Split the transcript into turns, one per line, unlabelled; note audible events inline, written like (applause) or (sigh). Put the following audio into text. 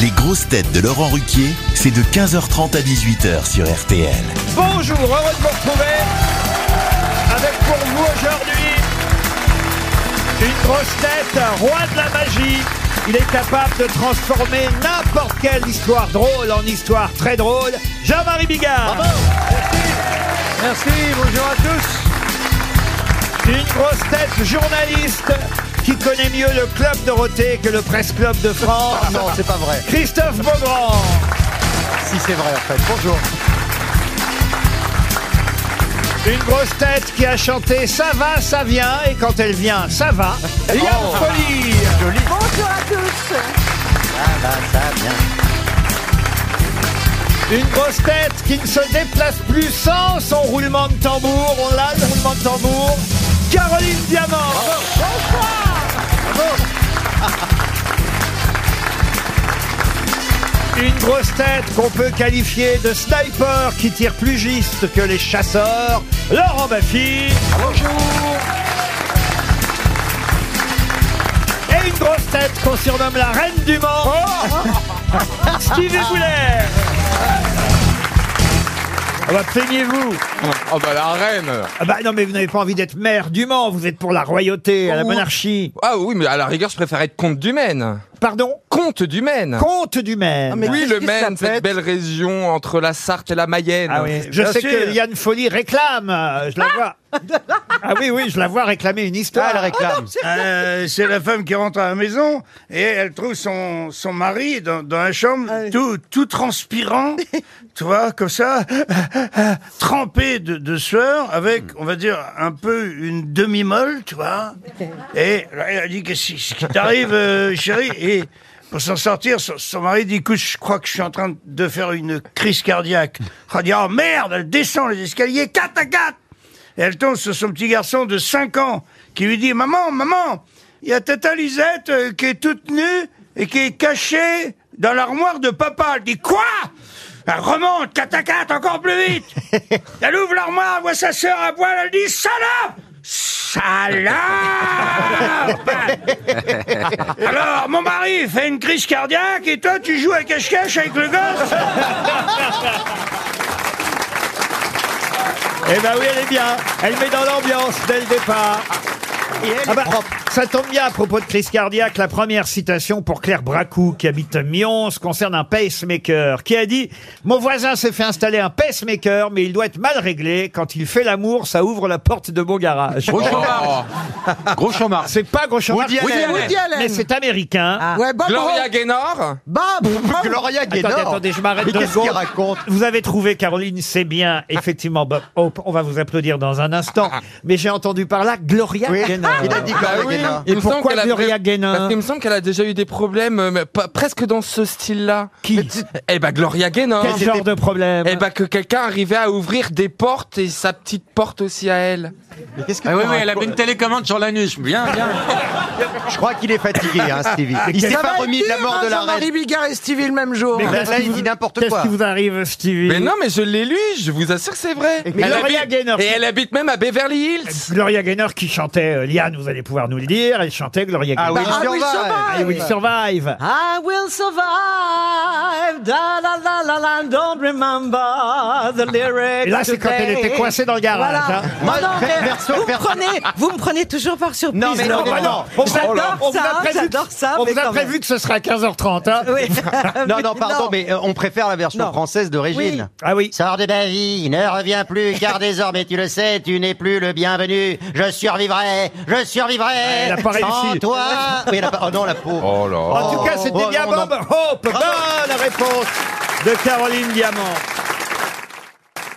Les grosses têtes de Laurent Ruquier, c'est de 15h30 à 18h sur RTL.
Bonjour, heureux de vous retrouver avec pour vous aujourd'hui une grosse tête, roi de la magie. Il est capable de transformer n'importe quelle histoire drôle en histoire très drôle. Jean-Marie Bigard. Merci, bonjour à tous. Une grosse tête journaliste qui connaît mieux le club Dorothée que le Presse Club de France.
Non, Oh, c'est pas vrai.
Christophe Beaugrand.
Si c'est vrai en fait. Bonjour.
Une grosse tête qui a chanté Ça va, ça vient, et quand elle vient, ça va. Liane
Oh.
Folie
Joli.
Bonjour à tous.
Ah bah ça bien.
Une grosse tête qui ne se déplace plus sans son roulement de tambour. On l'a, le roulement de tambour. Caroline Diamant Une grosse tête qu'on peut qualifier de sniper qui tire plus giste que les chasseurs. Laurent Baffy Bonjour Et une grosse tête qu'on surnomme la reine du
(laughs)
Mans. Stevie Boulet ah bah, plaignez-vous
Oh bah la reine
Ah bah non, mais vous n'avez pas envie d'être maire du Mans, vous êtes pour la royauté, à la monarchie.
Ah oui, mais à la rigueur, je préfère être comte du Maine.
Pardon
Comte du Maine
Comte du
Ah,
Maine.
Oui, le
Ah, qu'est-ce que ça
Maine, cette
pète
belle région entre la Sarthe et la Mayenne.
Ah oui, je sais que Yann Folly réclame, euh, je la vois. Ah oui, oui, je la vois réclamer une histoire.
Ah, elle réclame.
Euh, c'est la femme qui rentre à la maison et elle trouve son, son mari dans, dans la chambre, tout, tout transpirant, tu vois, comme ça, trempé de, de sueur, avec, on va dire, un peu une demi-molle, tu vois. Et là, elle dit Qu'est-ce qui t'arrive, euh, chérie Et pour s'en sortir, son, son mari dit Écoute, je crois que je suis en train de faire une crise cardiaque. Elle dit Oh merde, elle descend les escaliers, 4 à 4 et elle tombe sur son petit garçon de 5 ans qui lui dit Maman, maman, il y a Tata Lisette euh, qui est toute nue et qui est cachée dans l'armoire de papa. Elle dit Quoi Elle remonte, 4 à 4, encore plus vite Elle ouvre l'armoire, elle voit sa sœur à poil, elle dit Salope Salope Alors, mon mari fait une crise cardiaque et toi, tu joues à cache-cache avec le gosse
Eh ben oui, elle est bien. Elle met dans l'ambiance dès le départ. Ah bah, ça tombe bien à propos de crise cardiaque. La première citation pour Claire Bracou, qui habite Mions, concerne un pacemaker, qui a dit « Mon voisin s'est fait installer un pacemaker, mais il doit être mal réglé. Quand il fait l'amour, ça ouvre la porte de mon garage.
Gros chômard Gros chômard
C'est pas gros chômage,
Woody Allen.
Woody Allen.
mais c'est américain.
Ah.
Ouais, Bob
Gloria Gaynor
Rob. Bob Rob.
Gloria Gaynor.
Attendez, attendez, je m'arrête
Mais
deux
qu'est-ce
secondes.
qu'il raconte
Vous avez trouvé, Caroline, c'est bien, effectivement, Bob Hope. On va vous applaudir dans un instant. Mais j'ai entendu par là Gloria Gaynor.
Ah. Il a dit Gloria Gaynor.
Et
Bah Il me semble
pourquoi
qu'elle a-
Gloria Gaynor
Parce qu'il me semble qu'elle a déjà eu des problèmes, euh, mais pas- presque dans ce style-là.
Qui
Eh bah Gloria Gaynor
Quel genre de problème
ben,
Eh bah que quelqu'un arrivait à ouvrir des portes et sa petite porte aussi à elle.
Mais qu'est-ce que
Ah
tu
oui, oui,
racontes
elle avait une télécommande sur l'anus. Bien, bien.
Je crois qu'il est fatigué, hein, Stevie. Il s'est pas remis de la mort de la reine.
Marie hein, Bigard et Stevie le même jour.
Mais
Là,
qu'est-ce
là,
qui
il
vous-
dit n'importe
Qu'est-ce
quoi.
qui vous arrive, Stevie
Mais non, mais je l'ai lu, je vous assure que c'est vrai.
Mais
Elle
Gloria
habite-
Gaynor,
Et
c'est-
elle habite même à Beverly Hills.
Gloria Gaynor qui chantait euh, Liane, vous allez pouvoir nous le dire. Elle chantait Gloria
Ah
Gaynor.
oui, Ah,
Ah,
il
oui,
survit.
ça va.
I will survive.
I will survive. Da la la la la. Don't remember the lyrics.
Et là, c'est quand elle
today.
était coincée dans le garage.
Voilà.
hein.
Moi,
Non, non,
per-
mais
perso,
vous, me
perso-
prenez, vous me prenez toujours par surprise.
Non, mais
Non, bah non. On vous a-
J'adore
on vous a
ça,
prévu-
j'adore ça,
On
mais
vous a
quand
prévu que ce sera à 15h30. hein. (laughs)
Oui.
Non, non, pardon, mais euh, on préfère la version
Non.
française de Régine.
Ah oui.
Sors de ma vie, ne reviens plus, (laughs) car désormais tu le sais, tu n'es plus le bienvenu. Je survivrai, je survivrai.
Elle a pas
sans
réussi.
toi. Oui, elle a pas- Oh non, la pauvre.
Oh là
En tout cas, c'était
oh,
bien
non,
Bob Hope. Bonne réponse de Caroline Diamant.